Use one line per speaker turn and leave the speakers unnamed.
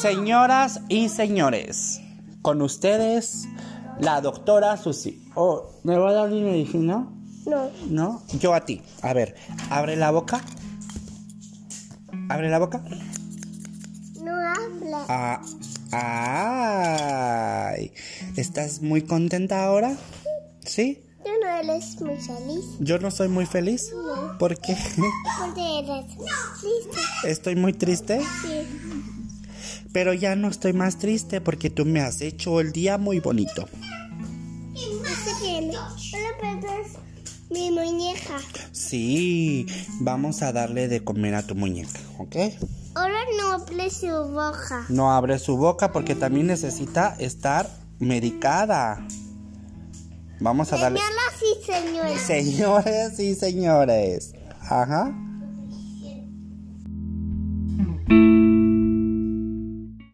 Señoras y señores, con ustedes la doctora Susi. Oh, ¿Me va a dar mi medicina?
No.
No, yo a ti. A ver, abre la boca. Abre la boca.
No habla.
Ah, ay. ¿Estás muy contenta ahora? ¿Sí?
Tú no eres muy feliz. Pues
Yo no soy muy feliz.
No.
¿Por qué?
Porque eres triste.
Estoy muy triste.
Sí.
Pero ya no estoy más triste porque tú me has hecho el día muy bonito.
Este tiene. Pero, pero es pues, mi muñeca.
Sí, vamos a darle de comer a tu muñeca, ¿ok?
Ahora no hable su boca.
No abre su boca porque también necesita estar medicada. Vamos a darle...
Señora, sí, señora.
Señores y señores. Ajá.